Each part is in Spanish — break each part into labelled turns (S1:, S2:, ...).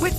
S1: With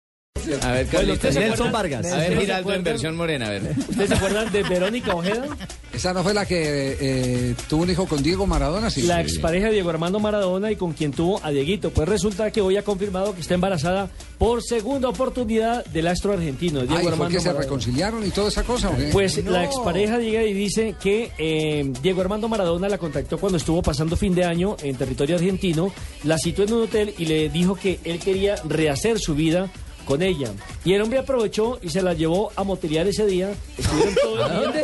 S2: A ver, Carlitos,
S3: ¿usted se
S2: Nelson
S3: acuerda?
S2: Vargas. A
S3: ¿Usted
S2: ver,
S3: se
S2: Giraldo en
S3: acuerda?
S2: versión morena, a ver.
S3: ¿Ustedes se acuerdan de Verónica Ojeda?
S4: Esa no fue la que eh, tuvo un hijo con Diego Maradona, sí.
S3: La expareja de Diego Armando Maradona y con quien tuvo a Dieguito. Pues resulta que hoy ha confirmado que está embarazada por segunda oportunidad del astro argentino, Diego
S4: Ay, fue
S3: Armando
S4: que se
S3: Maradona.
S4: reconciliaron y toda esa cosa. ¿o qué?
S3: Pues la expareja llega y dice que eh, Diego Armando Maradona la contactó cuando estuvo pasando fin de año en territorio argentino, la citó en un hotel y le dijo que él quería rehacer su vida con ella. Y el hombre aprovechó y se la llevó a motelear ese día. Estuvieron todo el día.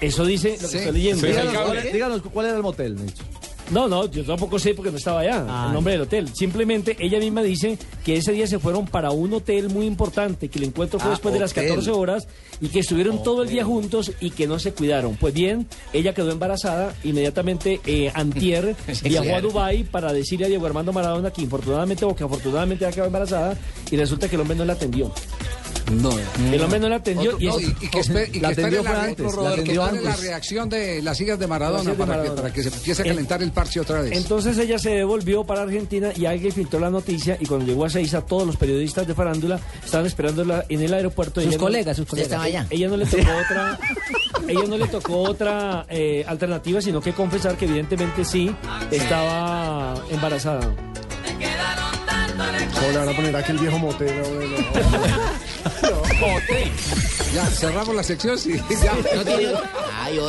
S3: Eso dice lo que
S4: Ah. Sí.
S3: estoy leyendo.
S2: cable.
S5: Díganos cuál era el motel, Nelson.
S3: No, no, yo tampoco sé porque no estaba allá,
S4: Ah.
S3: el nombre del hotel. Simplemente ella misma dice que ese día se fueron para un hotel muy importante, que el encuentro fue
S4: Ah,
S3: después de las
S4: hotel.
S3: 14 horas y que estuvieron todo el día juntos y que no se cuidaron. Pues bien, ella quedó embarazada, inmediatamente eh, Antier viajó a
S2: claro.
S3: Dubái para decirle a Diego Armando Maradona que infortunadamente o que afortunadamente ya quedó embarazada y resulta que el hombre no la atendió.
S4: No.
S3: El hombre no la atendió
S4: Otro-
S3: y,
S4: no,
S3: es-
S4: y- y que espere, y
S5: La
S4: que espere
S5: atendió
S4: la,
S5: fue antes,
S4: otro
S5: la
S4: Rodolfo, que
S5: atendió
S4: espere la
S5: antes.
S4: reacción de las hijas de Maradona,
S3: Las hijas de
S4: para, Que,
S3: Maradona.
S4: para que se empiece a calentar el parche otra vez.
S3: Entonces ella se devolvió para Argentina y alguien filtró la noticia y cuando llegó a Seiza todos los periodistas de farándula estaban esperándola en el aeropuerto.
S6: Sus
S3: Ella no-
S6: colegas, sus colegas. Estaban allá.
S3: Ella no le tocó otra, ella no le tocó otra eh, alternativa, sino que confesar que evidentemente sí estaba embarazada.
S7: ¿Cómo le van a poner aquí el viejo motel? abuelo?
S4: ya, cerramos la sección. Sí, ya.
S6: No tiene... Ay,